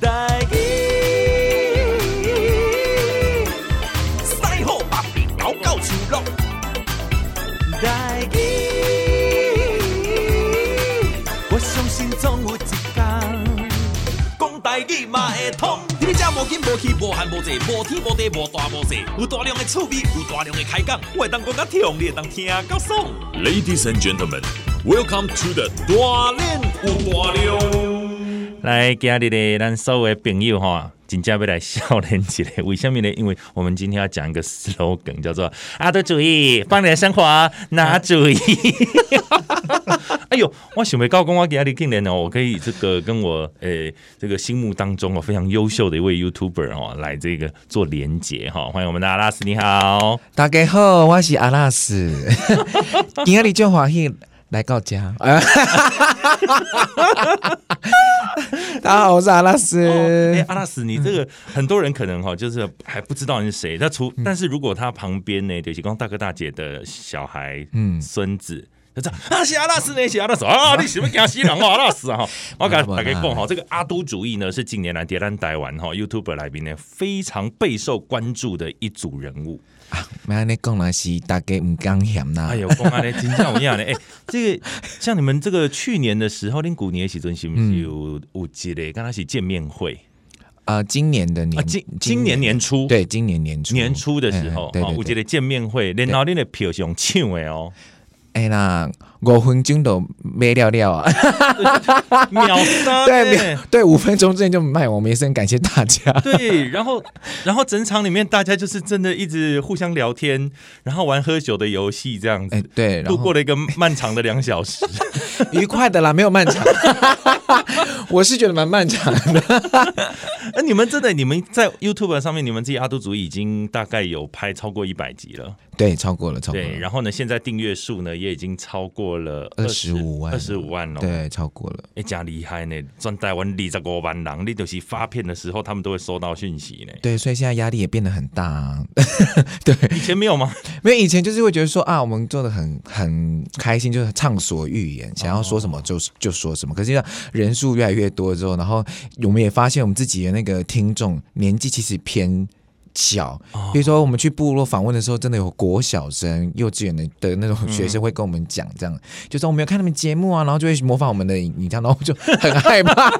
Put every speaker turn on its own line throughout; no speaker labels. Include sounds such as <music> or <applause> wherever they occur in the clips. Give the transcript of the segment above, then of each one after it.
台语，
西好北边搞到手落，
台语，我相信总有一天。
讲台语嘛会通。你这无紧无气无限无济，无天无地无大无细，有大量的趣味，有大量的开讲，我会当讲甲痛，你会当听到爽。
Ladies and gentlemen, welcome to the
大练有大量。
来，今日的咱所有的朋友哈，真正要来笑脸起来。为什么呢？因为我们今天要讲一个 slogan，叫做“阿多主义，帮你的生活拿主意” 。 <laughs> 哎呦，我想没到讲我今日竟然哦，我可以这个跟我诶、这个心目当中哦非常优秀的一位 YouTuber 哦来这个做连接哈、欢迎我们的阿拉斯，你好。
大家好，我是阿
<laughs>
拉斯，今天你就欢喜来到家。大家好，我是阿拉斯。
哦哎、阿拉斯，你这个很多人可能哈，就是还不知道你是谁。那除但是如果他旁边呢，就是光大哥大姐的小孩，嗯，孙子。就这样啊，是阿拉斯呢，是阿拉斯 <laughs> 啊！你是不是讲西人哦？阿拉斯啊！哈 <laughs> 我给大家讲哦哈，这个阿都主义呢，是近年来迭咱台湾哈哦 YouTube 来宾呢非常备受关注的一组人物。
没安尼讲啦，是大家唔讲嫌啦
哎。呦，公 <laughs> 安呢，真像我一样呢。哎，这个像你们这个去年的时候，恁古年的时阵是不是有有一个跟他是见面会
呃，今年的
啊？
年，
今今年年初
对，今年年初
年初的时候，
哎
哦，有
对
一
对
个
对，
见面会，然后恁的票是用抢的
<laughs>
哦，
哎啦，五分钟都卖了了
<laughs>
啊。
秒杀
<laughs> 对
呢
秒对，五分钟之内就卖完，我们也是很感谢大家。
对，然后然后整场里面大家就是真的一直互相聊天，然后玩喝酒的游戏这样
哎
子，，
对，然
度
后
过了一个漫长的两小
<laughs>
时。
愉快的啦，没有漫长。 <laughs> 我是觉得蛮漫长的。
哎，你们真的，你们在呃 YouTube 上面，你们自己阿都族已经大概有拍超过一百集了，
对，超过了，超过
对，
了。
然后呢，现在订阅数呢也已经超过了
25万
二十五万哦，
对，超过了。
哎，真厉害呢！赚台湾二十五万人，你就是发片的时候，他们都会收到讯息呢。
对，所以现在压力也变得很大、啊。对，
以前没有吗？ <laughs>
没有以前就是会觉得说啊，我们做的很很开心，就是畅所欲言，想要说什么就就说什么。可是现在人数越来越多之后，然后我们也发现我们自己的那个听众年纪其实偏。小，比如说我们去部落访问的时候，真的有国小生、幼稚园的的那种学生会跟我们讲，这样、就说我们有看他们节目啊，然后就会模仿我们的影影像，然后我就很害怕，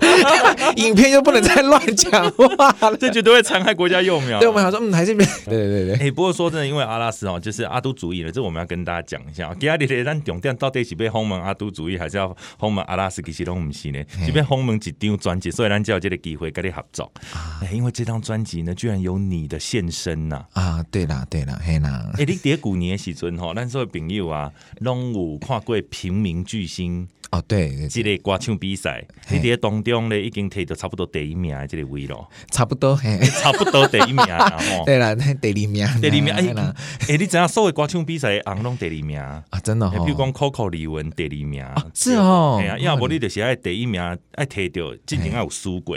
影片就不能再乱讲话了。
这绝对会残害国家幼苗。
对，我们想说，嗯，还是对对对对，
哎、不过说真的，因为阿拉斯哦，就是阿都主义了，这我们要跟大家讲一下。今天的咱重点到底是被轰门阿都主义，还是要轰门阿拉斯？其实都不是呢，是被轰门一张专辑，所以咱才有这个机会跟你合作。哎、因为这张专辑呢，居然有你的现身
<laughs>
呐、
啊，对啦，对啦，嘿啦，
哎、你叠古年的时阵吼，咱所有朋友啊，拢有看过平民巨星
哦，对对
这
对，
个歌唱比赛，你伫当中咧已经摕到差不多第一名的这个位咯，
差不多，嘿，
差不多第一名啦
<laughs>
吼。
对啦，那第二名，
哦 <laughs>
啊
第二
<laughs>
名，哎、
嘿啦，
哎、你知影所有歌唱比赛的红拢第二名？
啊，真的
哎，
哦，
比如讲 Coco 李玟第二名，
是哦
哎呀，要无你就是爱第一名，爱摕到，之前还有输过，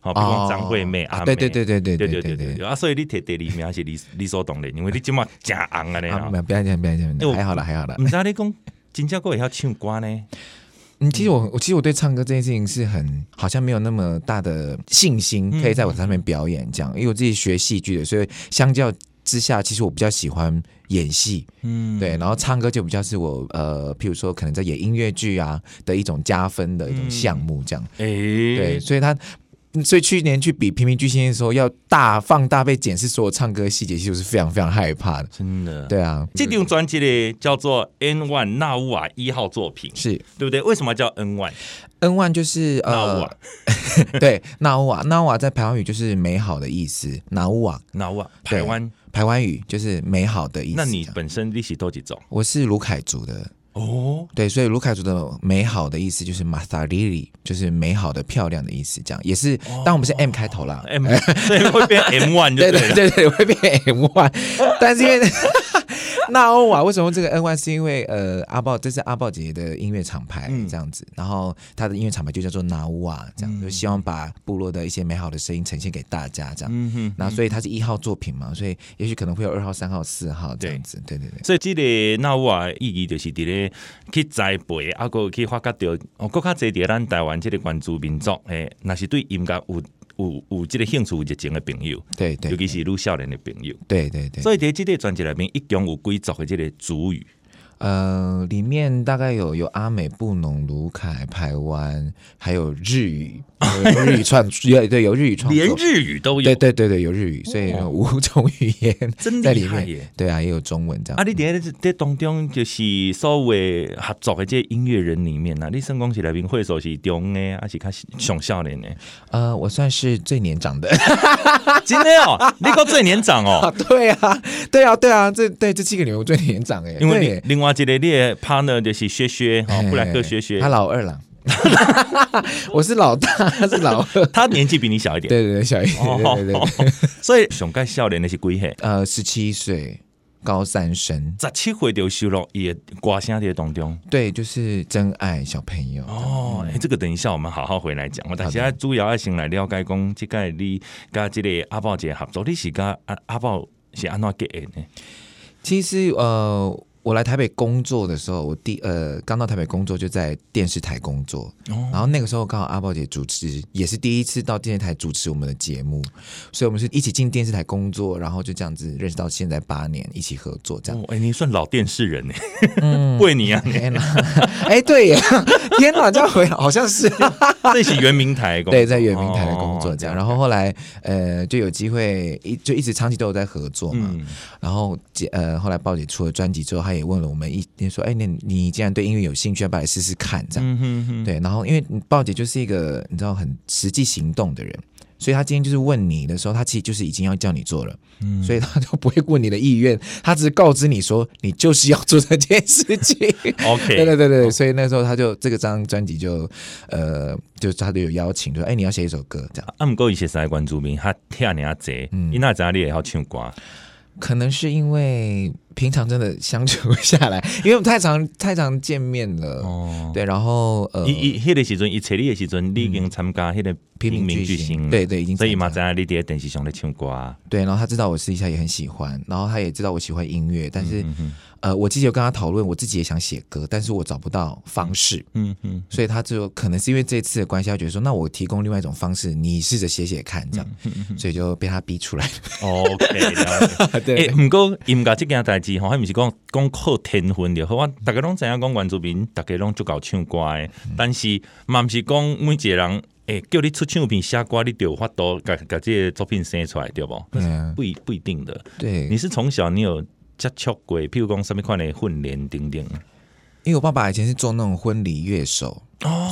好，比如
哦，
讲张惠妹啊，
对对对对
对
对
对对
对对
对
对，
对，啊，所以你摕第二名是理理所当然，因为你即马真红啊你
啊，
啊
没，有不要讲，不要
哎我
讲，还好啦，还好啦。
毋知你讲真正个会晓唱歌呢？
嗯，其实我我其实我对唱歌这件事情是很好像没有那么大的信心，
嗯
可以在舞台上面表演这样，因为我自己学戏剧的，所以相较之下，其实我比较喜欢演戏，
嗯，
对，然后唱歌就比较是我呃，譬如说可能在演音乐剧啊的一种加分的一种项目这样。
哎、
对，所以他。嗯所以去年去比《平民巨星》的时候，要大放大被检视所有唱歌细节，其实我是非常非常害怕的。
真的。
对啊，
嗯这张专辑呢叫做 N One 纳乌瓦一号作品，
是
对不对？为什么叫 N One
N one 就是
纳乌
呃
瓦，
<laughs> 对，纳乌瓦，纳乌瓦在排湾语就是美好的意思，纳乌瓦
纳乌瓦台湾？
排湾语就是美好的意思。
那你
这样
本身利息多几种？
我是卢凯族的，
哦，
对，所以卢凯族的美好的意思就是 masariri，就是美好的、漂亮的意思，这样也是。
哦
当我们是 M 开头啦，
M，所 <laughs> 以会变 M <laughs> One 就
<laughs> 对
对
对
了。
对对，会变 M one，但 <laughs> 是
<laughs>
因为纳欧瓦为什么用这个 N one 是因为呃阿豹这是阿豹姐姐的音乐厂牌
嗯
这样子，然后她的音乐厂牌就叫做纳乌瓦，这样、就希望把部落的一些美好的声音呈现给大家这样。
嗯哼，
那所以它是一号作品嘛，所以也许可能会有二号、三号、四号这样子。对对对，
所以这个纳乌瓦的意义就是伫咧去栽培，啊个去发掘到哦，更较侪伫咱台湾这个原住民族诶，若是对音乐有。有有这个兴趣有热情的朋友，
对对
尤其是愈少年的朋友。
对对对，
所以伫即个专辑内面，一共有几组的即个主语，
呃，里面大概有有阿美、布农、卢凯、排湾，还有日语， <laughs> 有日语创，对对，有日语创作，
连日语都有。哦
对对对对，有日语，所以有 <laughs> 五种语言
真
在
厉
里
害
面
耶。
对啊，也有中文这样。
啊，你伫咧这这当中就是所谓合作的这音乐人里面啊，你算讲是内面会手是中诶，还是较上少年诶？
呃，我算是最年长的。 <laughs>
真的哦，你够最年长哦，
对啊，对啊，对啊，这对这七个里面我最年长哎，
因为
对
你另外一个你的 partner 就是薛薛哦，布莱克薛薛
他，老
<laughs>
二啦，我是老大，他是老二。
他年纪比你小一点。
对对对，小一点，
哦
对对对对，
所以上届少年的是几岁？
呃，十七岁，高三生，
十七岁就收录伊的歌声伫当中。
对，就是真爱小朋友。
哦，哎、这个等一下我们好好回来讲。我但是啊，主要要先来了解讲，即个你甲即个阿豹姐合作，你是甲阿阿豹是安怎结缘的？
其实呃，我来台北工作的时候，我第呃刚到台北工作就在电视台工作，然后那个时候刚好阿豹姐主持，也是第一次到电视台主持我们的节目，所以我们是一起进电视台工作，然后就这样子认识到现在八年，一起合作这样。
哦，哎、你算老电视人呢，为你啊，
天哪！ <laughs> 哎，对耶！天哪，这样回好像是
这是圆明台的工作
对，在圆明台的工作
哦
这样。然后后来呃，就有机会一就一直长期都有在合作嘛。
嗯，
然后姐呃，后来鲍姐出了专辑之后，她也问了我们一，说：“哎，那你你既然对音乐有兴趣，要不要来试试看？”这样、
嗯哼哼，
对。然后因为鲍姐就是一个你知道很实际行动的人，所以她今天就是问你的时候，她其实就是已经要叫你做了，
嗯
<laughs> 所以她就不会问你的意愿，她只是告知你说你就是要做这件事情。
OK
对对对对，所以那时候她就这个张专辑就呃，就她就有邀请，就说：“哎，你要写一首歌这样。”
啊，毋过伊实在关注民，他听你啊济，伊那知影你会晓唱歌，
可能是因为平常真的相处下来，因为我们太常太常见面了。
哦，
对，然后呃，
伊伊迄个时阵，伊找你的时阵，你已经参加迄个
平民
民
巨
星
星，
了，
对对，已经
所以
参加
嘛知影你伫咧电视上咧唱歌啊，
对，然后他知道我私底下也很喜欢，然后他也知道我喜欢音乐，但
嗯
是、呃，我自己有跟他讨论，我自己也想写歌，但是我找不到方式，
嗯嗯，
所以他就可能是因为这次的关系，他觉得说，那我提供另外一种方式，你试着写写看，这样，
嗯
所以就被他逼出来。
OK，了 <laughs> 解。
<laughs> 啊对
诶，毋过音乐即件代志吼，还毋是讲讲靠天分就好。我逐个拢知影讲原住民，逐个拢足够唱歌诶，但是嘛毋是讲每一个人。诶，叫你出唱片写歌，你就有法度甲甲即个作品生出来，对无？
对啊
不一不一定的。
对，
你是从小你有接触过，譬如讲什么款的训练等等。
因为我爸爸以前是做那种婚礼乐手，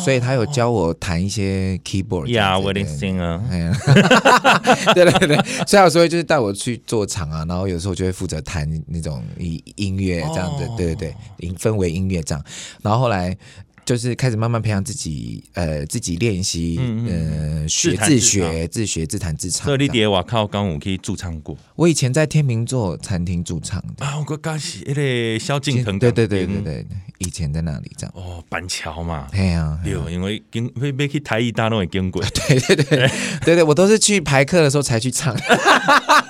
所以他有教我弹一些 keyboard 这样
哦 Yeah,
子。
wedding
对
singer。
哎呀， <laughs> 对对对，所以有时候就是带我去做场啊，然后有时候就会负责弹那种音音乐这样子，
哦
对对对，音氛围音乐这样。然后后来就是开始慢慢培养自己，呃，自己练习，呃，学
弹
自
嗯自
学自学自弹自唱这
所以
样。
你伫外口刚有去驻唱过
我以前在天秤座餐厅驻唱的，
啊？我个刚是迄个萧敬腾，
对对对
嗯
对，对，以前在那里这样。
哦，板桥嘛，
哎呀，
对，因为经要要去台艺大拢会经过。
<laughs> 对对对对对，我都是去排课的时候才去唱， <laughs>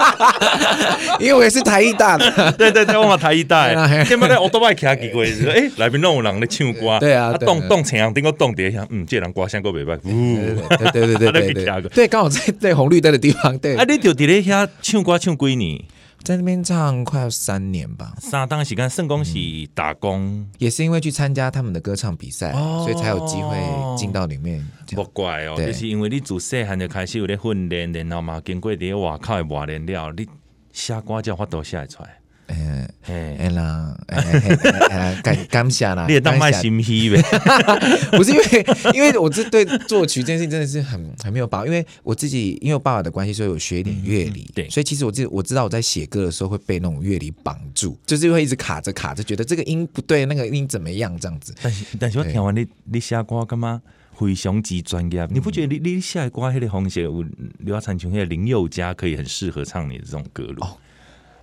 因为我也是台艺大
<laughs>
的。
对对对，我嘛台一代
对啦嘿，
根本咧我都爱徛几过，
<laughs>
诶，欸内面拢有人咧唱歌，
对啊对啊
动动前人顶个动碟，想嗯，这人歌声够袂歹，呜，
对对对对对对，对刚好在对红绿灯的地方，对
啊，，你就伫咧遐唱歌唱几年，
在那边唱快要三年吧，
三当时间算讲是打工，
也是因为去参加他们的歌唱比赛，啊
哦
所以才有机会进到里面。
莫怪哦，
对
就是因为你自细汉就开始有咧训练，然后嘛经过伫咧外口的磨练了，你写歌才有法度写得出来，
嗯，
嘿，
哎啦，哎哎哎哎，感感谢啦，
<laughs> 你会当卖心虚呗，
<laughs> 不是因为，因为我这对作曲这件事情真的是很很没有把握，因为我自己因为我爸爸的关系，所以我学一点乐理，
嗯对
所以其实我自己我知道我在写歌的时候会被那种乐理绑住，就是会一直卡着卡着，觉得这个音不对，那个音怎么样这样子。
但是但是我听完你你写歌，感觉非常之专
嗯
业。你不觉得你你写的歌迄个方式有刘
哦
亚灿琼迄个林宥嘉可以很适合唱你的这种歌路？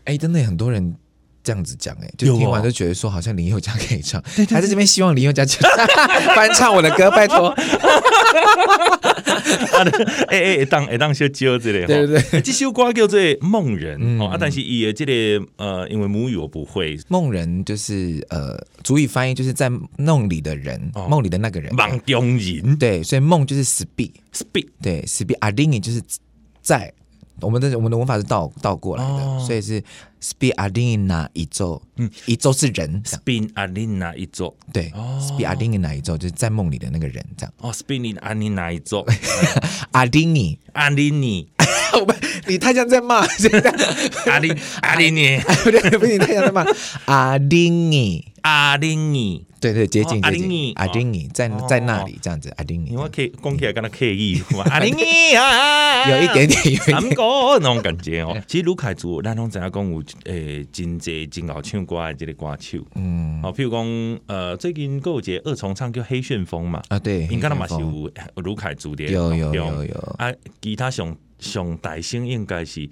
哎，真的很多人这样子讲哎、
有
就
哦
听完就觉得说好像林宥嘉可以
<laughs>
唱，还在这边希望林宥嘉翻唱我的歌，拜
<laughs> 哦
托。
<laughs> 哎哎，会当会当小招之类吼。哎
对对对，
这首歌叫做《梦人》
嗯
哦，啊，但是伊的这个呃，因为母语我不会，
梦人就是呃，足以翻译就是在梦里的人，
哦
梦里的那个人。
梦中人
对，所以梦就是 speak，
speak
对，speak a d i n 就是在我们的我们的文法是倒倒过来的，
哦
所以是 speak a d i n 哪一周？嗯，一周是人，这样
spin 阿琳娜啊一座，
对、
哦
s p e a k a d i n 哪一周就是在梦里的那个人，这样。 <laughs>
哦，spinning 阿琳娜一座，
阿丁尼， <laughs>
阿琳尼，
我们你太像
<laughs>
在骂， <laughs> 现在
阿琳阿琳尼，
不对，不是你太像在骂阿丁尼。
阿琳尼，
对对，接近
哦
接近，
阿
阿
丁
丁尼在在那
哦
里这样子，阿丁尼
因为可以讲起来跟他刻意，阿琳尼啊，
有一点点，有
<laughs>
一点
韩国那种感觉哦。其实卢凯族，咱拢知影讲有诶，真济真好唱歌的这个歌手，嗯，哦，譬如讲呃，最近还有一个二重唱叫黑旋风嘛，
啊，对，
应该那嘛是
黑旋风
有卢凯族的，
有有有有
啊，其他上上大星应该是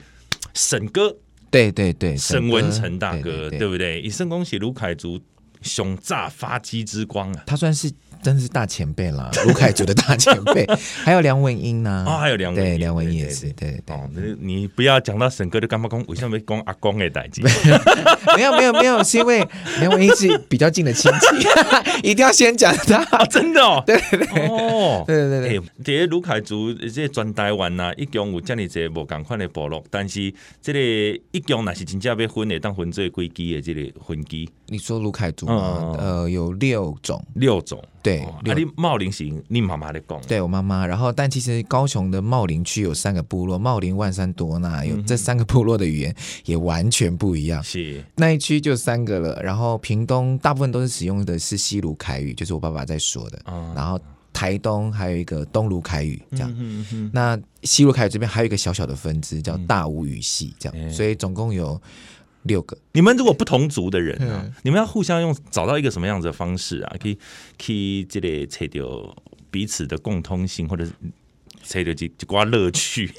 沈哥
对对对，
沈文成大哥，
对
对不对？以圣公是卢凯族熊炸发迹之光啊！
他算是真是大前辈啦， <laughs> 卢凯族的大前
<laughs>
辈，还有梁文音呢，
哦还有梁文音
对梁文音也
对
是，对对对，
哦，那你不要讲到沈哥就干嘛讲，为什么讲阿公的代
<laughs>
志？
没有没有没有，是
<laughs>
因为梁文音是比较近的亲戚， <laughs> 一定要先讲他，
啊，真的
<laughs>
哦，对对对，哦，
对对对
欸，这个卢凯族这个全台湾呐、一共有这么侪无共款的部落，但是这个一共若是真正要分的，当分做几支的这个分支
你说卢凯族吗
嗯？
呃，有六种，
六种。
对
哦啊
六
你茂林是你妈妈咧讲的，
对我妈妈，然后但其实高雄的茂林区有三个部落，茂林、万山、多纳，
嗯
有这三个部落的语言也完全不一样。
是
那一区就三个了，然后屏东大部分都是使用的是西鲁凯语，就是我爸爸在说的，
啊，
然后台东还有一个东鲁凯语这样。
嗯嗯
那西鲁凯语这边还有一个小小的分支叫大武语系，这样，
嗯
所以总共有六个。
你们如果不同族的人啊，你们要互相用找到一个什么样子的方式啊，可以可以这里找到彼此的共通性，或者是找到几几挂乐趣。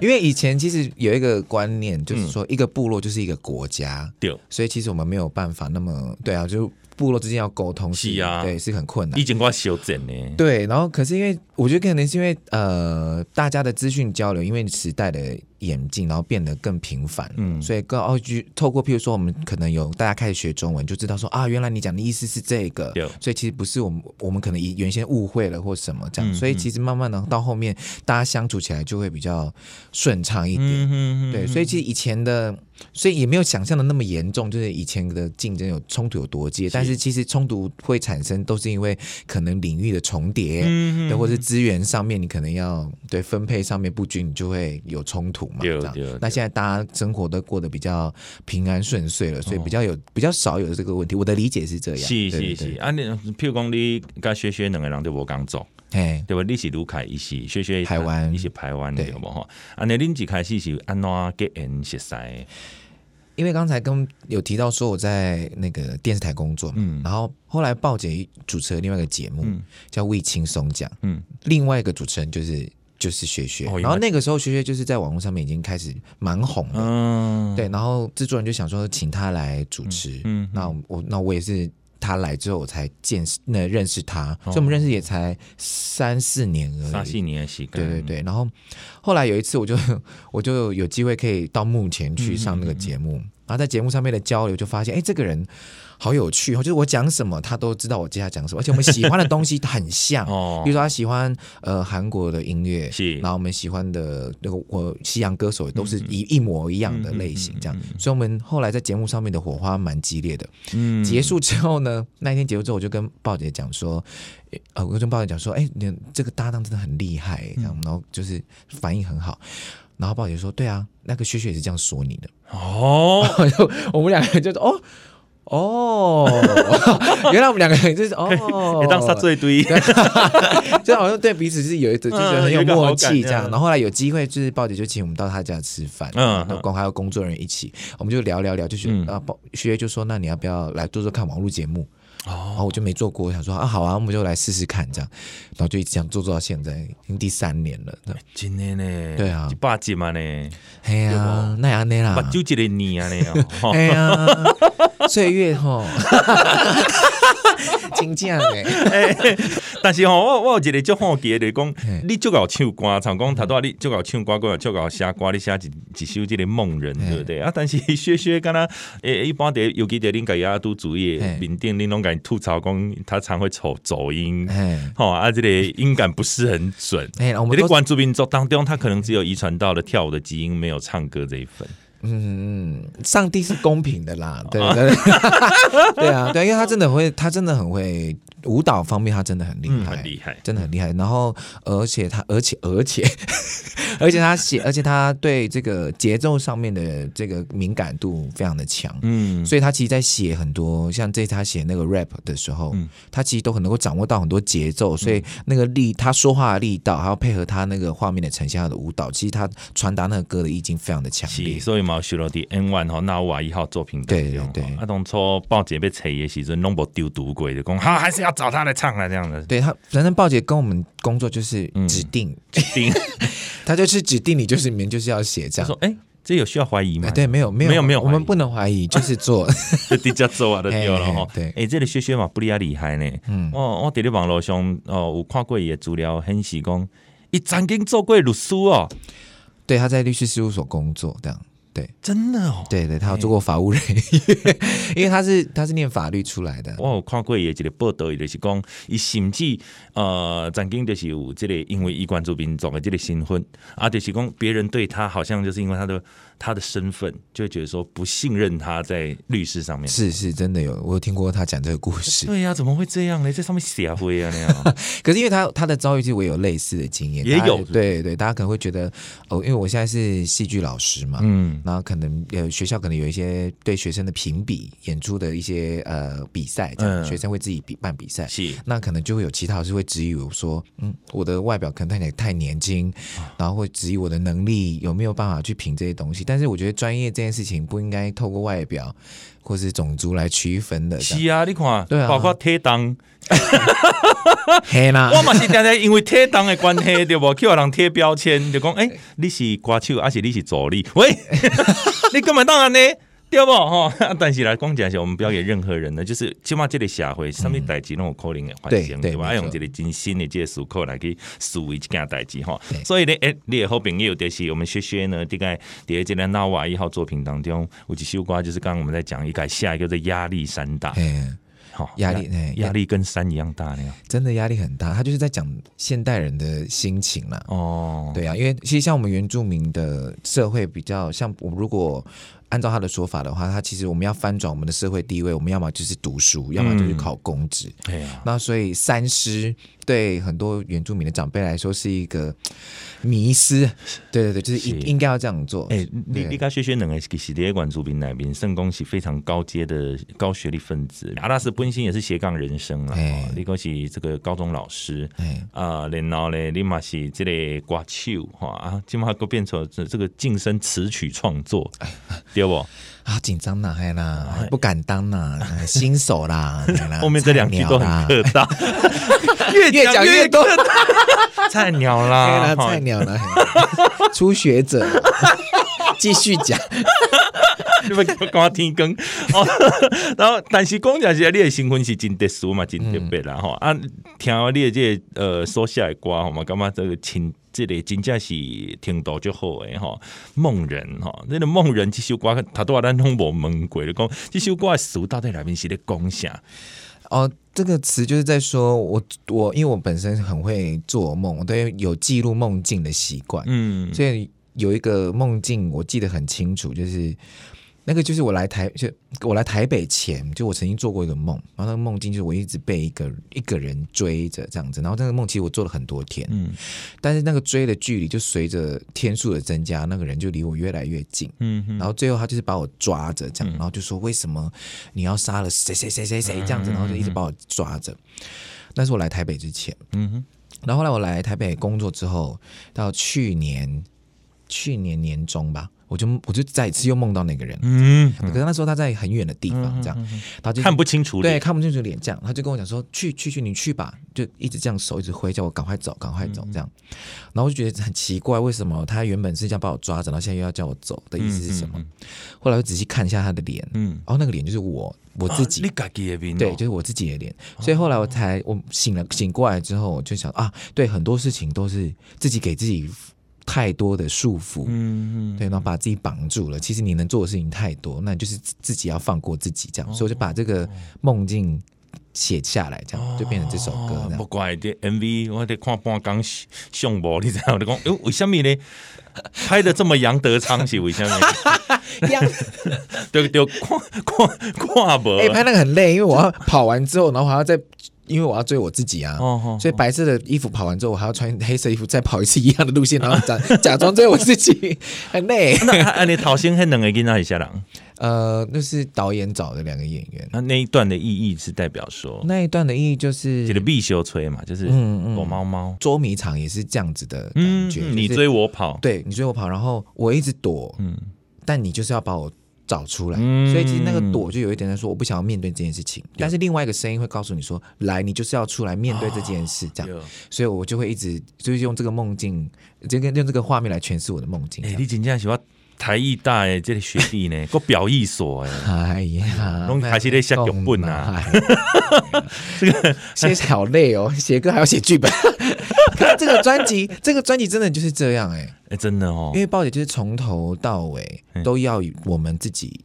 因为以前其实有一个观念，
嗯
就是说一个部落就是一个国家，
对，
所以其实我们没有办法那么对啊，就部落之间要沟通
是啊
对，是很困难
以。前我修正呢，
对，然后可是因为我觉得可能是因为呃大家的资讯交流，因为时代的演进，然后变得更频繁，
嗯
嗯，所以更哦，就透过譬如说我们可能有大家开始学中文，就知道说啊，原来你讲的意思是这个
有，
所以其实不是我们我们可能以原先误会了或什么这样，
嗯
所以其实慢慢的到后面大家相处起来就会比较顺畅一点。
嗯
对，所以其实以前的，所以也没有想象的那么严重，就是以前的竞争有冲突有多激烈，但是其实冲突会产生，都是因为可能领域的重叠，
嗯
对，或者是资源上面你可能要对分配上面不均，你就会有冲突嘛。
对
这样
对对
那现在大家生活都过得比较平安顺遂了，所以比较有、比较少有这个问题。我的理解是这样，
哦是
对
是是，，啊，你譬如讲你甲雪雪两个人都无工作，
哎，
对吧？你是卢凯，伊是雪雪，
台湾
伊是台湾的，
对
对无吼？啊，那恁一开始是安怎结缘识识的？
因为刚才跟有提到说我在那个电视台工作嘛，
嗯
然后后来鲍姐主持了另外一个节目、
嗯
叫《为轻松讲》，
嗯，
另外一个主持人就是就是学学，
哦原来
然后那个时候学学就是在网络上面已经开始蛮红的，
嗯，
对，然后制作人就想说请他来主持，
嗯嗯
那我那我也是他来之后我才见识那认识他，所以我们认识也才三四年而
哦三四
已。
年的时间，
对对对，然后后来有一次，我就我就有机会可以到幕前去上那
嗯
个节目，然后在节目上面的交流，就发现哎，这个人好有趣哦，就是我讲什么，他都知道我接下来讲什么，而且我们喜欢的东西很像 <laughs>
哦
比如说他喜欢呃韩国的音乐，
是嗯
然后我们喜欢的那个我西洋歌手也都是一一模一样的类型，这样，所以我们后来在节目上面的火花蛮激烈的。
嗯
结束之后呢，那一天结束之后，我就跟鲍姐讲说，诶呃，我就跟鲍姐讲说，哎、你这个搭档真的很厉害、
嗯
这样，然后就是反应很好。然后鲍姐说，对啊，那个薛薛也是这样说你的。 <laughs>
哦，
然后我们两个就是哦。哦， <laughs> 原来我们两个人就是
<laughs>
哦，
当杀最堆， <laughs>
就好像对彼此是有一种就是
嗯
很
有
有
一个好
默
感
契
这
这
样
样。然后后来有机会，就是鲍姐就请我们到她家吃饭，
嗯
嗯，那公还有工作人员一起，我们就聊聊聊，就是
嗯
啊，鲍薛就说那你要不要来做做看网络节目？
哦
然后我就没做过，我想说啊，好啊，我们就来试试看这样，然后就一直这样做做到现在，已经第三年了。这样
真的呢，
对啊
一百集嘛呢，
哎呀，那也安内啦
目，睭一个年啊呢，吼
哎呀，岁月吼， <laughs> 真
<laughs>
正的，
<laughs> 但是吼，我我有一个足好奇的，就是
嘿
讲你足够唱歌，像讲头拄仔你足够唱歌，个足够写歌，你写一一首即个梦人，对不对？啊，但是 <laughs> 薛薛敢若诶，一般伫尤其伫恁家己啊拄主意
嘿，
面顶恁拢甲伊吐槽讲他常会走走音。
哎，
吼啊，这个音感不是很准。
哎我们
在
都
关注民族当中，他可能只有遗传到了跳舞的基因，没有唱歌这一份。
嗯，上帝是公平的
<laughs>
啦，对
哦
对 <laughs> 对，对啊，对，因为他真的会，他真的很会舞蹈方面，他真的很厉
嗯
害，
很厉害
真的很厉害。然后，而且他，而且，而且， <laughs> 而且他写，而且他对这个节奏上面的这个敏感度非常的强。
嗯，
所以他其实，在写很多像这次他写那个 rap 的时候，
嗯
他其实都很能够掌握到很多节奏，所以那个力，他说话的力道，还有配合他那个画面的呈现，他的舞蹈，其实他传达那个歌的意境非常的强烈
是，。所以嘛，有收到伫 N One 吼，那瓦一号作品当中吼
对对对
啊，当初报姐被锤的时阵，拢无丢毒过，就讲哈，还是要找他来唱啊，这样
<laughs>
的。
对他，反正鲍姐跟我们工作就是
嗯
指定，
丁，
他就是指定你，就是你们就是要写这
他
样
说。哎，这有需要怀疑吗
哎，？ <laughs> 对，没有，没有，
没有没有
我们
怀疑
不能怀疑，就
<laughs>
是做。
就直接做啊，就对了
<laughs>
吼。
嘿嘿
哎，这个薛薛嘛，不哩啊厉害呢。嗯，我我伫咧网络上哦，有看过伊的资料，显示讲，伊曾经做过律师哦，
对，他在律师事务所工作，这样。对，
真的哦。
对对，他有做过法务人员，因为他是他是念法律出来的。
我有看过伊的一个报道，伊就是讲，伊甚至呃，曾经就是有这个因为伊关注民众的这个身份，啊，就是讲别人对他好像就是因为他的他的身份，就会觉得说不信任他在律师上面。
是是，真的有，我有听过他讲这个故
<laughs>
事。<laughs>
对呀、怎么会这样呢？在上面写灰啊那样，
可是因为他他的遭遇，其实我有类似的经验，
也
大家
有是不是
对对，大家可能会觉得哦，因为我现在是戏剧老师嘛，
嗯，
然后可能呃学校可能有一些对学生的评比演出的一些呃比赛，这样、
嗯
学生会自己比办比赛，
<laughs> 是
那可能就会有其他老师会质疑我说，嗯，我的外表可能看起来太年轻，然后会质疑我的能力有没有办法去评这些东西。但是我觉得专业这件事情不应该透过外表或是种族来区分的。
是啊，你看，
对啊
包括铁档，
黑啦，
<laughs> 我嘛是常常因为铁档的关系， <laughs> 对不？叫人贴标签，就讲，诶、你是歌手还是你是助理？喂， <laughs> 你根本当然呢，对不？吼，啊但是来讲讲是我们不要给任何人呢，就是起码这个社会，上面代志拢有可能会发
对
生，
对
对吧？
没
要
错
用这个真心的这个思考来去思维这件代志吼
对。
所以呢，诶、你的好朋友就是我们薛薛呢，大概在这个纳瓦一号作品当中，有一首歌就是刚刚我们在讲，一改下一个叫做压力山大，
嘿
吼
压力嘿
压力跟山一样大那样。
真的压力很大。他就是在讲现代人的心情啦。
哦，
对啊，因为其实像我们原住民的社会比较像，我如果按照他的说法的话，他其实我们要翻转我们的社会地位，我们要么就是读
嗯
书，要么就是考公职。
对啊，
那所以三师对很多原住民的长辈来说是一个迷失，对对对，就是应
是
应该要这样做。
哎、你
对
你甲薛薛两个其实咧管主宾内面，圣公是非常高阶的高学历分子，阿拉斯本身也是斜杠人生啦，
哎
哦，你讲是这个高中老师，
哎
啊、然后咧你嘛是这个歌手哈啊，今嘛都变成这这个晋升词曲创作，
哎
对
<laughs>
不？
啊，紧张呐，哎啦，不敢当呐，哎新手
<laughs>
啦，哎啦
后面这两句都很
菜
客
鸟啦
套，
<laughs>
越啊
越讲越多，
菜鸟
哎
啦，
啦，
哈
菜鸟啦，嘿初学者， <laughs> 继续讲。
<laughs> 你们给我天光哦， <laughs> 然后但是讲讲是你的身份是真特殊嘛，真特别啦
嗯
吼、啊，听完你的这个、呃所写的歌吼嘛，感觉这个情这个真正是听到就好诶吼，梦人吼，那个梦人这首歌，他都话咱拢无问过，就讲这首歌的词到底内面是咧讲啥？
哦，这个词就是在说我我，因为我本身很会做梦，我对有记录梦境的习惯，
嗯，
所以有一个梦境我记得很清楚，就是那个就是我来台就我来台北前，就我曾经做过一个梦，然后那个梦境就是我一直被一个一个人追着这样子，然后那个梦其实我做了很多天，
嗯
但是那个追的距离就随着天数的增加，那个人就离我越来越近，
嗯嗯
然后最后他就是把我抓着这样，然后就说为什么你要杀了谁谁谁谁谁这样
嗯
子，然后就一直把我抓着。那是我来台北之前，
嗯哼，
然后后来我来台北工作之后，到去年去年年中吧，我就我就再一次又梦到那个人，
嗯，
可是那时候他在很远的地方，这样，他就
看不清楚
对，
脸，
看不清楚脸这样，他就跟我讲说：“去去去，你去吧。”就一直这样手一直挥，叫我赶快走，赶快
嗯
走这样。然后我就觉得很奇怪，为什么他原本是这样把我抓着，然后现在又要叫我走的意思
嗯
是什么？后来我仔细看一下他的脸，嗯，然后那个脸就是我我自
啊
己
你。哦自己的面哦，
对，就是我自己的脸，所以后来我才我醒了醒过来之后，我就想啊，对，很多事情都是自己给自己太多的束缚，
嗯嗯，
对，然后把自己绑住了。其实你能做的事情太多，那你就是自自己要放过自己这
哦
样。所以我就把这个梦境写下来，这样就变成这首歌
哦
这
不
样。
怪的 MV，我在看半刚上无，你知道我就讲，哎， <laughs> 为什么呢？拍的这么杨德昌是为什么？
<laughs> 样
就就看看看无，
哎、拍那个很累，因为我要跑完之后，然后还要再。因为我要追我自己啊，
哦哦
所以白色的衣服跑完之后，我还要穿黑色衣服再跑一次一样的路线，
<laughs>
然后假假装追我自己，很累。
那啊，你头先迄两个囡仔是啥人？
呃，那是导演找的两个演员，
那那一段的意义是代表说，
那一段的意义就
你的
是
必修吹嘛，就是
嗯嗯
躲猫猫，
捉迷藏也是这样子的
嗯
感觉，，
嗯你
就是
追我跑，
对你追我跑，然后我一直躲，
嗯
但你就是要把我找出来。
嗯
所以其实那个躲就有一点在说，我不想要面对这件事情，但是另外一个声音会告诉你说，来，你就是要出来面对这件事，这样
对。
所以我就会一直就是用这个梦境，就跟用这个画面来诠释我的梦境这
哎，
样。
你真正是我台艺大的这个学弟
<laughs>
呢，个表艺所哎，
哎呀，
拢开始在写剧本啊
啊！这个
<laughs>
<laughs> 写起来好累哦，写歌还要写剧本。 <laughs> 可是这个专辑，这个专辑真的就是这样哎、
哎，真的哦
因，为鲍姐就是从头到尾都要我们自己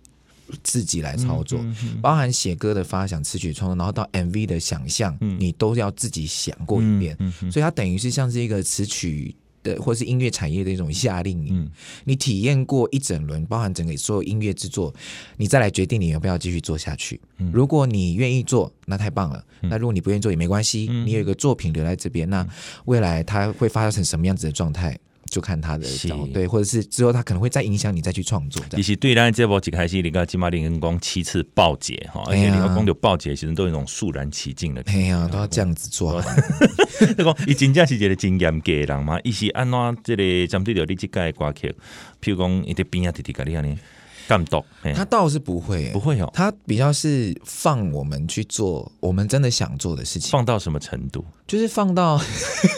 自己来操
嗯
作，包含写歌的发想、词曲创作，然后到 MV 的想象，
嗯
你都要自己想过一遍，所以它等于是像是一个词曲。的或是音乐产业的一种夏令
嗯
营，你体验过一整轮，包含整个所有音乐制作，你再来决定你要不要继续做下去。
嗯
如果你愿意做，那太棒了；那如果你不愿意做也没关系，
嗯
你有一个作品留在这边，那未来它会发展成什么样子的状态，就看它的
是
角对，或者是之后它可能会再影响你再去创作
其
这样。
实对咱的节目一开始，你讲金马林跟讲七次报捷哈，而且你
哎呀
讲到报捷，其实都有一种肃然起敬的 <laughs> 感觉
哎呀，都要这样子
哦
做好，
啊你讲伊真正是一个真严格的人嘛，伊是安怎即个针对着你即届的歌曲，譬如讲伊伫边仔直直甲你安尼监督，嘿
他倒是不会、
不会哦，
他比较是放我们去做我们真的想做的事情，
放到什么程度？
就是放到， <laughs>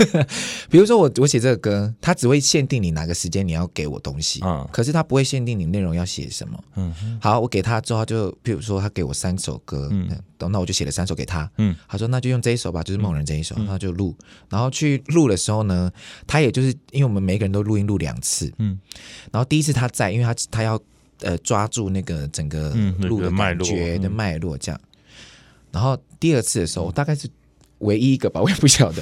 比如说我我写这个歌，他只会限定你哪个时间你要给我东西，
嗯
可是他不会限定你内容要写什么。
嗯
好，我给他之后，他就比如说他给我三首歌，嗯，那我就写了三首给他，嗯，他说那就用这一首吧，就是梦人这一首，
嗯
他就录，然后去录的时候呢，他也就是因为我们每个人都录音录两次，嗯，然后第一次他在，因为他他要呃抓住那个整个
嗯那
录
个
的
脉
感
络嗯
觉的脉络这样，然后第二次的时候，我大概是唯一一个吧， <laughs> 我也不晓得。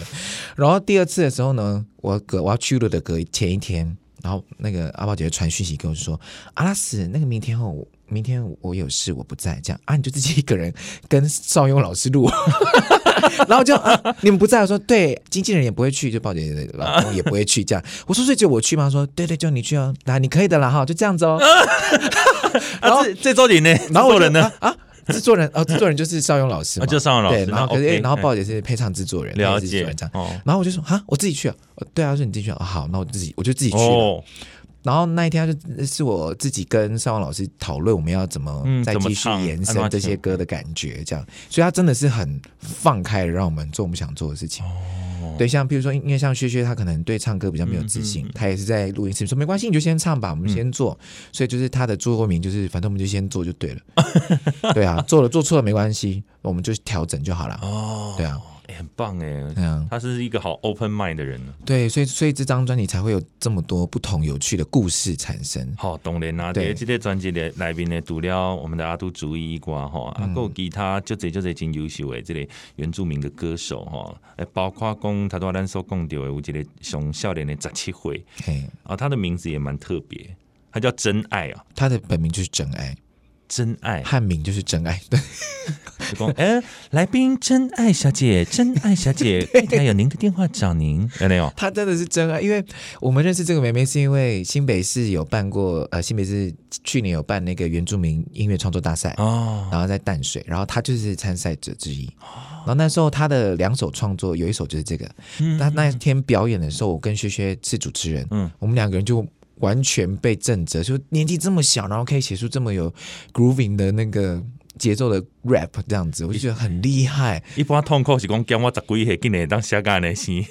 然后第二次的时候呢，我隔我要去录的隔前一天，然后那个阿宝姐就传讯息跟我说：“阿拉斯，那个明天后，明天我有事，我不在。”这样啊，你就自己一个人跟邵雍老师录。 <laughs> 然后就、啊、你们不在，我说对，经纪人也不会去，就宝姐的老公也不会去，这样。我说所以只有我去吗？她说对对，就你去啊，来你可以的啦哈，就这样子哦。然后
啊，这这周人呢？
然
制
后我
作
就
人呢？
啊？啊制作人 <laughs> 哦，制作人就是邵雍老师
啊
嘛，
就是邵雍老师
对，然后
那
可是
OK，哎
然后鲍姐是配唱制作人，
了
她也是制作人
解
这样
哦。
然后我就说哈，我自己去啊。哦对啊，我说你自己去啊。哦好，那我自己我就自己去了。
哦，
然后那一天就是呃是我自己跟邵雍老师讨论我们要怎么
嗯
再
怎么
继续
唱
延
按照
伸这些歌的感觉，这样。所以他真的是很放开，让我们做我们想做的事情。
哦
对，像比如说，因为像薛薛，他可能对唱歌比较没有自
嗯
信，他也是在录音室说没关系，你就先唱吧，我们先做。所以就是他的座右铭就是，反正我们就先做就对了。
<laughs>
对啊，做了做错了没关系，我们就调整就好了。哦，对啊，
哎很棒哎，
嗯，
他是一个好 open mind 的人呢。
对，所以所以这张专辑才会有这么多不同有趣的故事产生。
好，当然啦，
对
对，这个专辑的内面呢，除了我们的阿都主义以外吼，啊，还有其他就这就这真优秀的这个原住民的歌手吼，哎，包括讲他都咱所讲到的有一个上少年的十七岁，
嘿，
啊，他的名字也蛮特别，他叫真爱啊，
他的本名就是真爱，
真爱。
汉名就是真爱。 <laughs> 对，
就讲， <laughs> 哎、来宾真爱小姐，真爱小姐，柜台有您的电话找您，有没有？
他真的是真爱，因为我们认识这个妹妹是因为新北市有办过，呃，新北市去年有办那个原住民音乐创作大赛。
哦，
然后在淡水，然后他就是参赛者之一。然后那时候他的两首创作有一首就是这个，他那天表演的时候，我跟薛薛是主持人，嗯，我们两个人就完全被震折，就年纪这么小，然后可以写出这么有 grooving 的那个节奏的 rap 这样子，我就觉得很厉害。
一般痛苦是讲减我十几岁，竟然会当写干的生。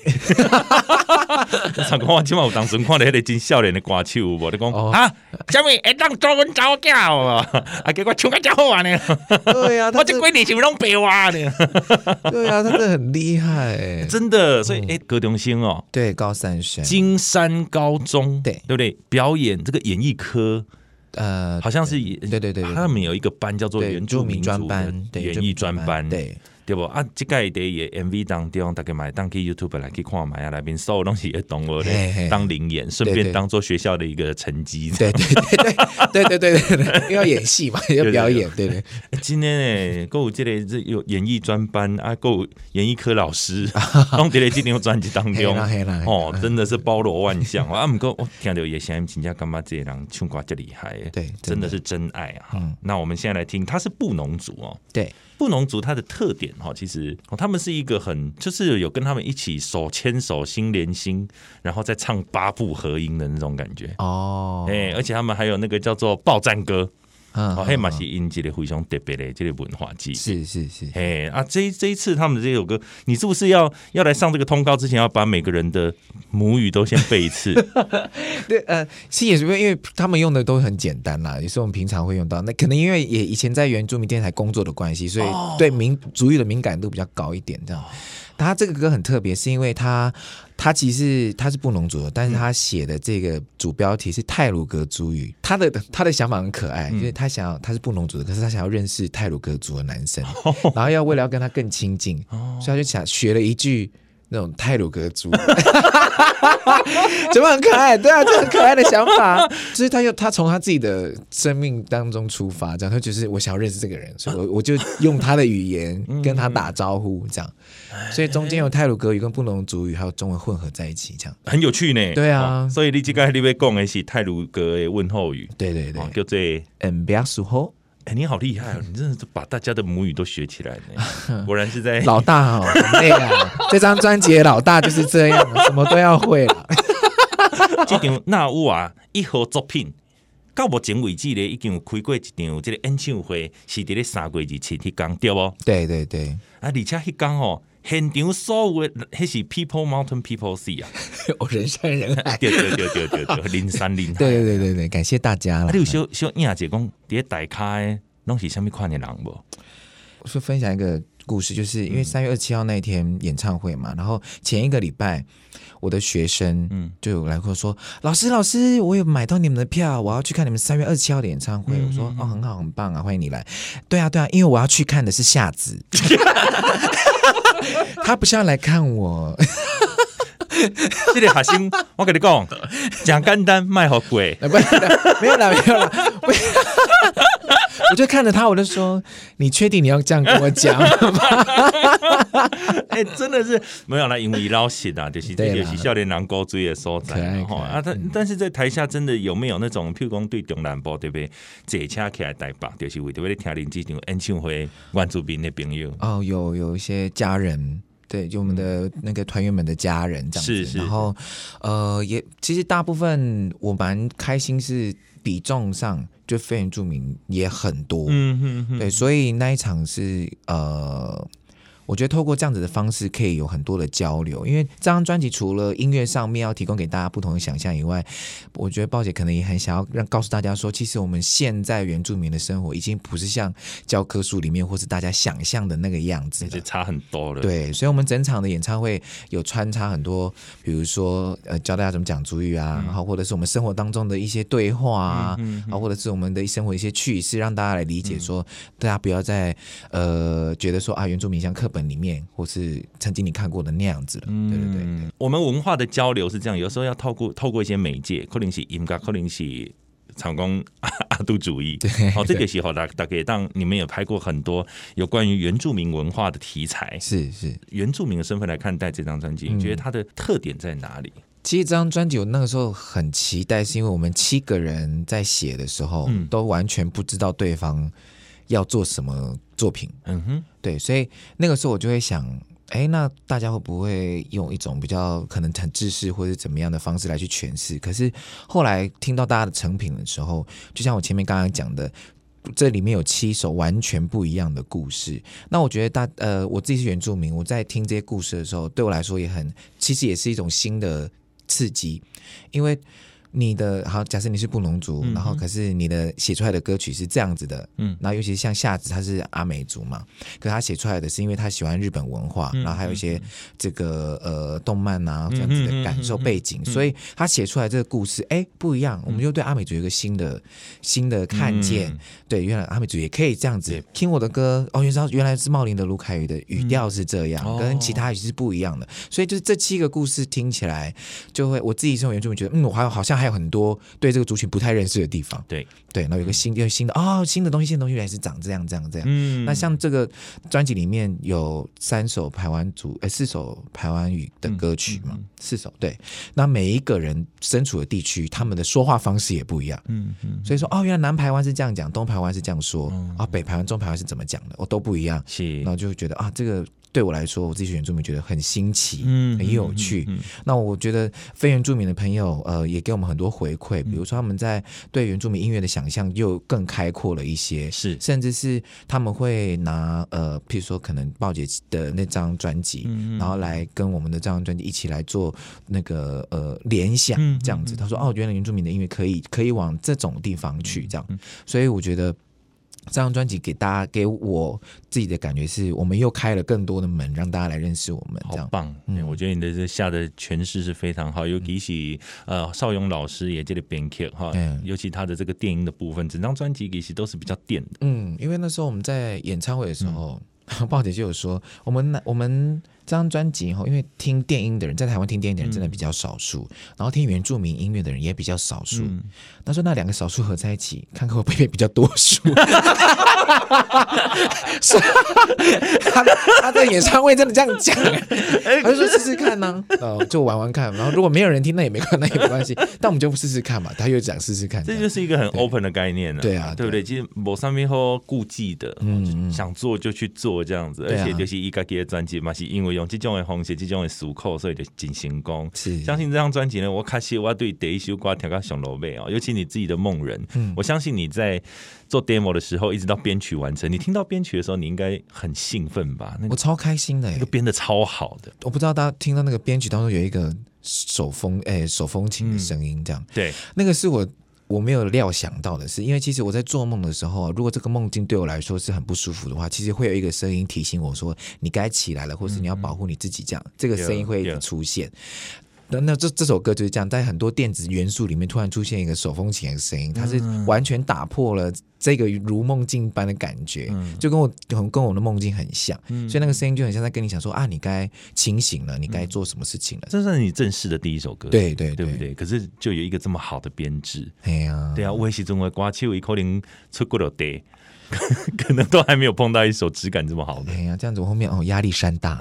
参讲我即满有当时看着迄个真少年的歌手有无？你讲
哦
啊，啥物会当做阮查某囝有无？ <laughs> 啊，结果唱甲真好玩呢，
对呀、啊，
我
他
即
这
几年是毋拢白话呢。
<laughs> 对呀、啊，他真的很厉害、欸。
真的，所以诶，高中生哦，
对，高三生，
金山高中，
对
对不对？表演这个演艺科，
呃，
好像是演
对对对对
他们有一个班叫做
对
原住民
专
族的
班，对
演艺专班，
对
对不？啊，即个的也 MV 当中，大概买当去 YouTube 来去看买啊，内面所有东西也懂我
嘿
的
嘿
当零演，顺
对
便
对
当做学校的一个成绩。
对对对对对对对 <laughs> 对，因为要演戏嘛，要表演，对对
欸今天诶，购有这个这有演艺专班啊，购有演艺科老
<laughs>
师，拢伫咧这张专辑当
嘿
中
啦嘿啦嗯嘿啦，
哦，真的是包罗万象。 <laughs> 啊，毋过我听着也声音，真正感觉这个人唱歌这厉害的，
对
真
真
的
的嗯
是真爱啊！哈那我们现在来听，他是布农族哦。
对，
布农族它的特点哈，其实哦他们是一个很，就是有跟他们一起手牵手、心连心，然后再唱八部合音的那种感觉。
哦，
哎、而且他们还有那个叫做报战歌，
嗯
哦，黑马是因这个非常特别的这个文化祭。
是是是，
哎啊，这一这一次他们的这首歌，你是不是要要来上这个通告之前，要把每个人的母语都先背一
<laughs>
次？
对，呃，其实也是因为因为他们用的都很简单啦，也是我们平常会用到。那可能因为也以前在原住民电台工作的关系，所以对民族语的敏感度比较高一点。这样，他这个歌很特别，是因为他他其实他是布农族的，但是他写的这个主标题是泰鲁格族语。他的他的想法很可爱，就是他想要他是布农族的，可是他想要认识泰鲁格族的男生，然后要为了要跟他更亲近，所以他就想学了一句。那种泰鲁格族， <laughs> 怎么很可爱？对啊，这很可爱的想 <laughs> 法，就是他又他从他自己的生命当中出发，这样他就是我想要认识这个人，所以我我就用他的语言跟他打招呼，这样， <laughs> 所以中间有泰鲁格语跟布农族语还有中文混合在一起，这样，
很有趣呢。
对啊
哦所以你这个你被讲的是泰鲁格的问候语，
对对 <laughs> 对
哦，叫做
嗯，不要疏忽，
哎、你好厉害哦！你真的是把大家的母语都学起来呢，果然是在
老大哦，很累啊，这张专辑的老大就是这样，什么都要会 <laughs> 了，
这场纳乌啊一号作品。到目前为止咧，已经有开过一场这个演唱会，是伫咧三月二七迄天对无？
对对 <laughs> 对，
啊，而且迄天吼，现场所有的迄是 People Mountain People Sea 啊，
我哦人山人海，
对对对对对对，零三零海。
对对对对对，感谢大家
啊，
了
你。有小小影者讲，伫咧大咖的拢是什物款的人无？
我说分享一个故事，就是因为三月二七号那一天演唱会嘛，然后前一个礼拜，我的学生嗯就有来跟我说，老师老师，我有买到你们的票，我要去看你们三月二七号的演唱会。我说哦，很好，很棒啊，欢迎你来。对啊对啊，因为我要去看的是夏子，他不是要来看我， <laughs>
这个学生，我跟你讲，讲简单，卖好贵。
不是啦没有啦没有啦。 <laughs> 不我就看着他，我就说：“你确定你要这样跟我讲吗？” <laughs>
哎、真的是没有啦，因为老实啦，就是这
对啦
就是少年郎高追的所在
可爱
啦吼
可爱嗯
啊。但、但是在台下真的有没有那种，譬如讲对中南部对不对？坐车起来台北，就是为着要听林志场演唱会，原住民的朋友，
哦，有有一些家人，对，就我们的那个团员们的家人这样子。
嗯是是
然后，呃，也其实大部分我蛮开心，是比重上就非原住民也很多。
嗯哼哼，
对，所以那一场是呃，我觉得透过这样子的方式，可以有很多的交流。因为这张专辑除了音乐上面要提供给大家不同的想象以外，我觉得鲍姐可能也很想要让告诉大家说，其实我们现在原住民的生活已经不是像教科书里面或是大家想象的那个样子
那就
了。
差很多了。，
对，所以，我们整场的演唱会有穿插很多，比如说，呃，教大家怎么讲主语啊，然后或者是我们生活当中的一些对话啊，啊，或者是我们的生活一些趣事，让大家来理解说，大家不要再呃觉得说啊，原住民像课本里面或是曾经你看过的那样子了，对对对对，
嗯我们文化的交流是这样，有时候要透过透过一些媒介，可能是音乐，可能是成功 <laughs> 阿杜主义。哦，这个时候大大概当你们也拍过很多有关于原住民文化的题材，
是是。
原住民的身份来看待这张专辑，你觉得它的特点在哪里？
其实这张专辑我那个时候很期待，是因为我们七个人在写的时候，
嗯
都完全不知道对方要做什么作品，
嗯哼，
对，所以那个时候我就会想，哎，那大家会不会用一种比较可能很制式或者怎么样的方式来去诠释？可是后来听到大家的成品的时候，就像我前面刚刚讲的。这里面有七首完全不一样的故事。那我觉得大呃，我自己是原住民，我在听这些故事的时候，对我来说也很，其实也是一种新的刺激，因为你的好，假设你是布农族，然后可是你的写出来的歌曲是这样子的，嗯，然后尤其是像夏子，他是阿美族嘛，可是他写出来的是因为他喜欢日本文化，然后还有一些这个呃动漫啊这样子的感受背景，所以他写出来这个故事，哎，不一样，我们就对阿美族有一个新的新的看见，对，原来阿美族也可以这样子听我的歌，哦，原来原来是茂林的卢凯宇的语调是这样，跟其他语是不一样的，所以就是这七个故事听起来就会，我自己身为原住民觉得，嗯，我还有好像还有很多对这个族群不太认识的地方，
对，
对，然后有个新有新的哦，新的东西，新的东西原来是长这样这样这样。
嗯
那像这个专辑里面有三首台湾族，呃，四首台湾语的歌曲嘛，四首对。那每一个人身处的地区，他们的说话方式也不一样，
嗯嗯，
所以说哦，原来南台湾是这样讲，东台湾是这样说，啊、北台湾、中台湾是怎么讲的，哦，都不一样。
是
然，后就会觉得啊，这个对我来说，我自己是原住民，觉得很新奇，
嗯
很有趣。那我觉得非原住民的朋友，呃，也给我们很多回馈，比如说他们在对原住民音乐的想象又更开阔了一些，
是
甚至是他们会拿呃，譬如说可能鲍姐的那张专辑，然后来跟我们的这张专辑一起来做那个呃联想，这样子。他说哦，原来原住民的音乐可以可以往这种地方去，这样。所以我觉得。这张专辑给大家给我自己的感觉是，我们又开了更多的门，让大家来认识我们。这
好
样，嗯
棒！对我觉得你的这下的诠释是非常好，尤其是呃邵勇老师也这个编曲哈
嗯，
尤其他的这个电音的部分，整张专辑其实都是比较电的。
嗯，因为那时候我们在演唱会的时候， <laughs> 鲍姐就有说，我们我们这张专辑哈，因为听电音的人在台湾听电音的人真的比较少数，然后听原住民音乐的人也比较少数。他说那两个少数合在一起， <laughs> 看看会不会比较多数。 <laughs> 是他他在演唱会真的这样讲，
哎
他就说试试看
<laughs>
呢、哦，就玩玩看。然后如果没有人听，那也没关，那也没关系。但我们就试试看嘛。他又讲试试看，
这就是一个很 open 的概念了、
对啊
对不对？其实某上面后顾忌的，嗯，想做就去做这样子，
对啊
而且就是一个己的专辑嘛，是因为用这种的方式、这种的思考，所以就进行功。
是
相信这张专辑呢，我开始我对第一首歌调到上楼尾哦，尤其你自己的梦人，
嗯
我相信你在做 demo 的时候，一直到编曲完成，你听到编曲的时候，你应该很兴奋吧？那
我
个
超开心的、欸
那个。编的超好的，
我不知道大家听到那个编曲当中有一个手风诶、手风琴
嗯
的声音，这样、
对，
那个是我我没有料想到的是，因为其实我在做梦的时候啊，如果这个梦境对我来说是很不舒服的话，其实会有一个声音提醒我说你该起来了，或是你要保护你自己，这样、这个声音会一直
嗯 Yeah，yeah
出现。那那这这首歌就是这样，在很多电子元素里面突然出现一个手风琴的声音，它是
嗯
完全打破了这个如梦境般的感觉，
嗯
就跟我跟跟我的梦境很像，所以那个声音就很像在跟你讲说啊，你该清醒了，你该做什么事情了。
嗯这算是你正式的第一首歌，
对对
对不？对？可是就有一个这么好的编制，
哎呀，
对啊，我也是中国瓜切，我可能出过了得， <laughs> 可能都还没有碰到一首质感这么好的。
哎呀，这样子我后面哦压力山大。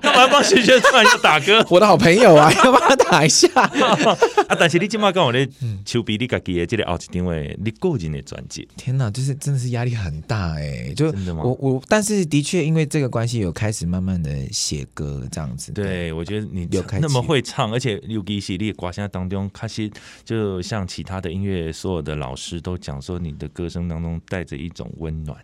干嘛帮学学突然要打
<laughs>
歌
<laughs> 我的好朋友啊，要帮他打一 <laughs> 下。
啊？但是你今麦跟我咧
嗯
求比你家己的这个后一张诶，你个人的专辑，
天哪，就是真的是压力很大哎、就
真的吗
我我，但是的确因为这个关系，有开始慢慢的写歌这样子。
对我觉得你
有开启
那么会唱，而且尤其是你的歌声当中，开始就像其他的音乐所有的老师都讲说，你的歌声当中带着一种温暖，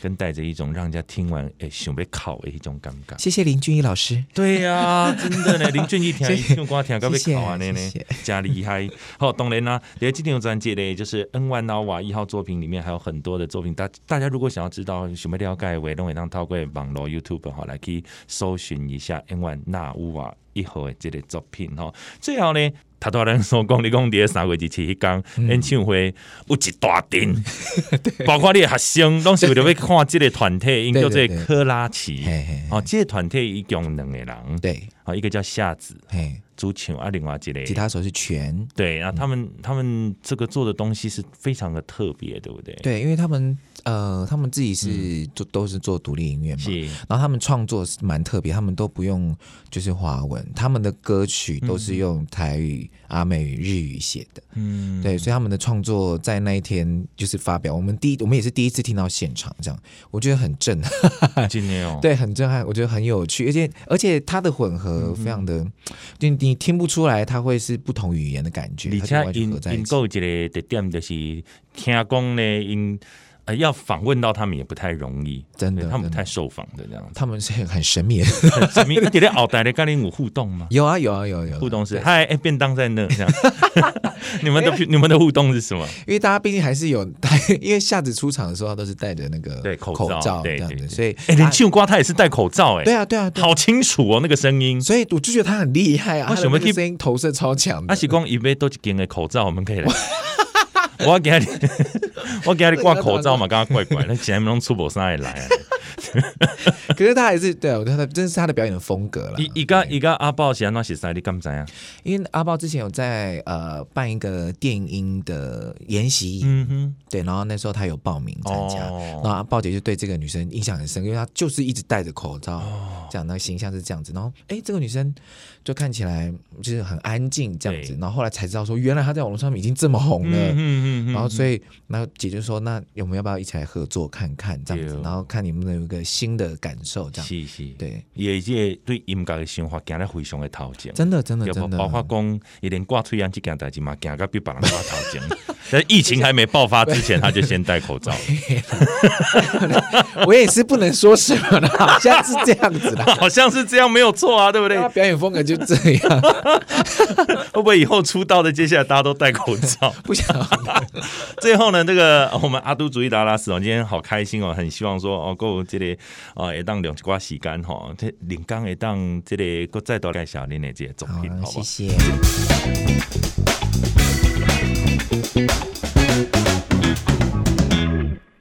跟带着一种让人家听完诶想要哭的一种感觉。
谢谢林俊逸老师。
对呀、
<laughs>
真的呢，林俊逸听
谢
一
谢
唱歌听到被
谢谢
考完的呢
谢谢，
真厉害。好，当然啦、在这张专辑呢，就是《恩万老瓦》一号作品里面还有很多的作品，大大家如果想要知道什么了解的话，都会当透过网络 YouTube 哈来去搜寻一下《恩万纳乌瓦》一号的这个作品哈。最后呢。他大人所讲，你讲伫三月二十七迄
嗯
天演唱会有一大阵，
<laughs>
包括你的学生，拢是为了要看这个团体，因叫做
对对对
科拉奇
嘿嘿嘿。
哦，这个团体一共有两个人，
对，
好，一个叫夏子，
嘿，
主唱啊，另外一个
吉他嗯手是全。
对，然后他们他们这个做的东西是非常的特别，对不对？，
对，因为他们呃，他们自己是做、都嗯是做独立音乐嘛，
是
然后他们创作是蛮特别，他们都不用就是华文，他们的歌曲都是用台语、阿美语、日语写的。
嗯，
对，所以他们的创作在那一天就是发表，我们第一我们也是第一次听到现场这样，我觉得很震撼，
今年哦，
对，很震撼，我觉得很有趣，而且而且它的混合非常
嗯
的，就你听不出来它会是不同语言的感觉，
而
它就
且
完全
因
合在一
因
起。
够一个特点就是听讲呢，因呃要访问到他们也不太容易，
真的
对他们
真
不
的
太受访的这样子。
他们是很很神啊秘的， <laughs>
什么？你在后台咧跟恁有互动吗？
有啊有啊有啊有啊
互动是嗨，哎，便当在那这
<laughs>
样。你们的你们的互动是什么？
因为大家毕竟还是有戴，因为夏子出场的时候他都是戴着那个
对口
口
罩对
这样
对
子，
对
所以
哎，
大
连庆瓜他也是戴口罩哎，
啊对啊对啊对啊，
好清楚哦，那个声音。
所以我就觉得他很厉害啊，
为
他
什
的
么
那个
你啊
声音投射超强
阿
的。
喜光一杯都一间的口罩，我们可以来。
<laughs>
我给你， <laughs> 我给你挂口罩嘛，刚刚怪
<laughs>
怪，那前面弄出博上也来啊。
可是他还是对啊，我觉得他的真是他的表演的风格了。
一一个一个阿豹是安怎写在你敢知啊？
因为阿豹之前有在呃办一个电音的研习，
嗯哼，
对，然后那时候他有报名参加，
哦
然后阿豹姐就对这个女生印象很深，因为她就是一直戴着口罩，
哦
这样那个形象是这样子。然后哎，这个女生就看起来就是很安静这样子，
对
然后后来才知道说，原来她在网络上面已经这么红了。
嗯嗯嗯，
然后所以，然后姐就说：“那我们要不要一起来合作看看这样
对
子
哦？
然后看你们能有一个新的感受这样。
是是，
对，
也即对音乐的想法，行得非常的头前。
真的，真的，
要不
真的，
包括讲，伊连挂喙啊安这件代志嘛，行到比别人挂头
<laughs>
前。在疫情还没爆发之前，他就先戴口罩，
我也是不能说什么啦， <laughs> 好像是这样子啦。
好像是这样，没有错啊，对不对？
他表演风格就这样，
会不会以后出道的，接下来大家都戴口罩？
不想
<laughs> 最后呢，这个呃我们阿都主义达拉斯哦，今天好开心哦，很希望说哦，够这里啊，呃会当两一瓜时间吼，这林刚会当这里，够再多介绍恁的这个作
好
品，
啊，
好不
谢
好？
谢。